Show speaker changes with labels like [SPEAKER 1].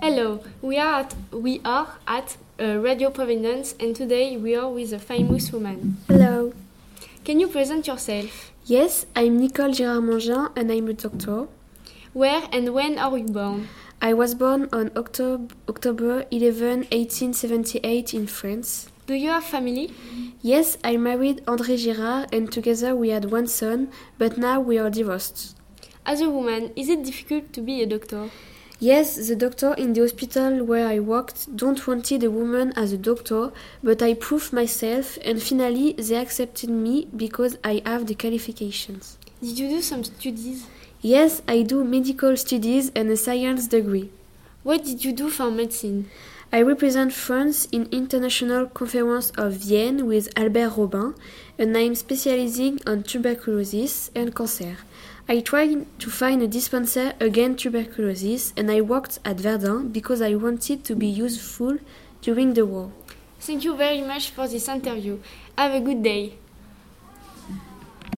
[SPEAKER 1] Hello, we are at, we are at uh, Radio Providence and today we are with a famous woman.
[SPEAKER 2] Hello.
[SPEAKER 1] Can you present yourself?
[SPEAKER 2] Yes, I'm Nicole Girard-Mangin and I'm a doctor.
[SPEAKER 1] Where and when are you born?
[SPEAKER 2] I was born on October, October 11, 1878 in France.
[SPEAKER 1] Do you have family?
[SPEAKER 2] Yes, I married André Girard and together we had one son, but now we are divorced.
[SPEAKER 1] As a woman, is it difficult to be a doctor?
[SPEAKER 2] Yes, the doctor in the hospital where I worked don't wanted a woman as a doctor, but I proved myself and finally they accepted me because I have the qualifications.
[SPEAKER 1] Did you do some studies?
[SPEAKER 2] Yes, I do medical studies and a science degree.
[SPEAKER 1] What did you do for medicine?
[SPEAKER 2] I represent France in International Conference of Vienne with Albert Robin, and I am specializing on tuberculosis and cancer. I tried to find a dispenser against tuberculosis, and I worked at Verdun because I wanted to be useful during the war.
[SPEAKER 1] Thank you very much for this interview. Have a good day.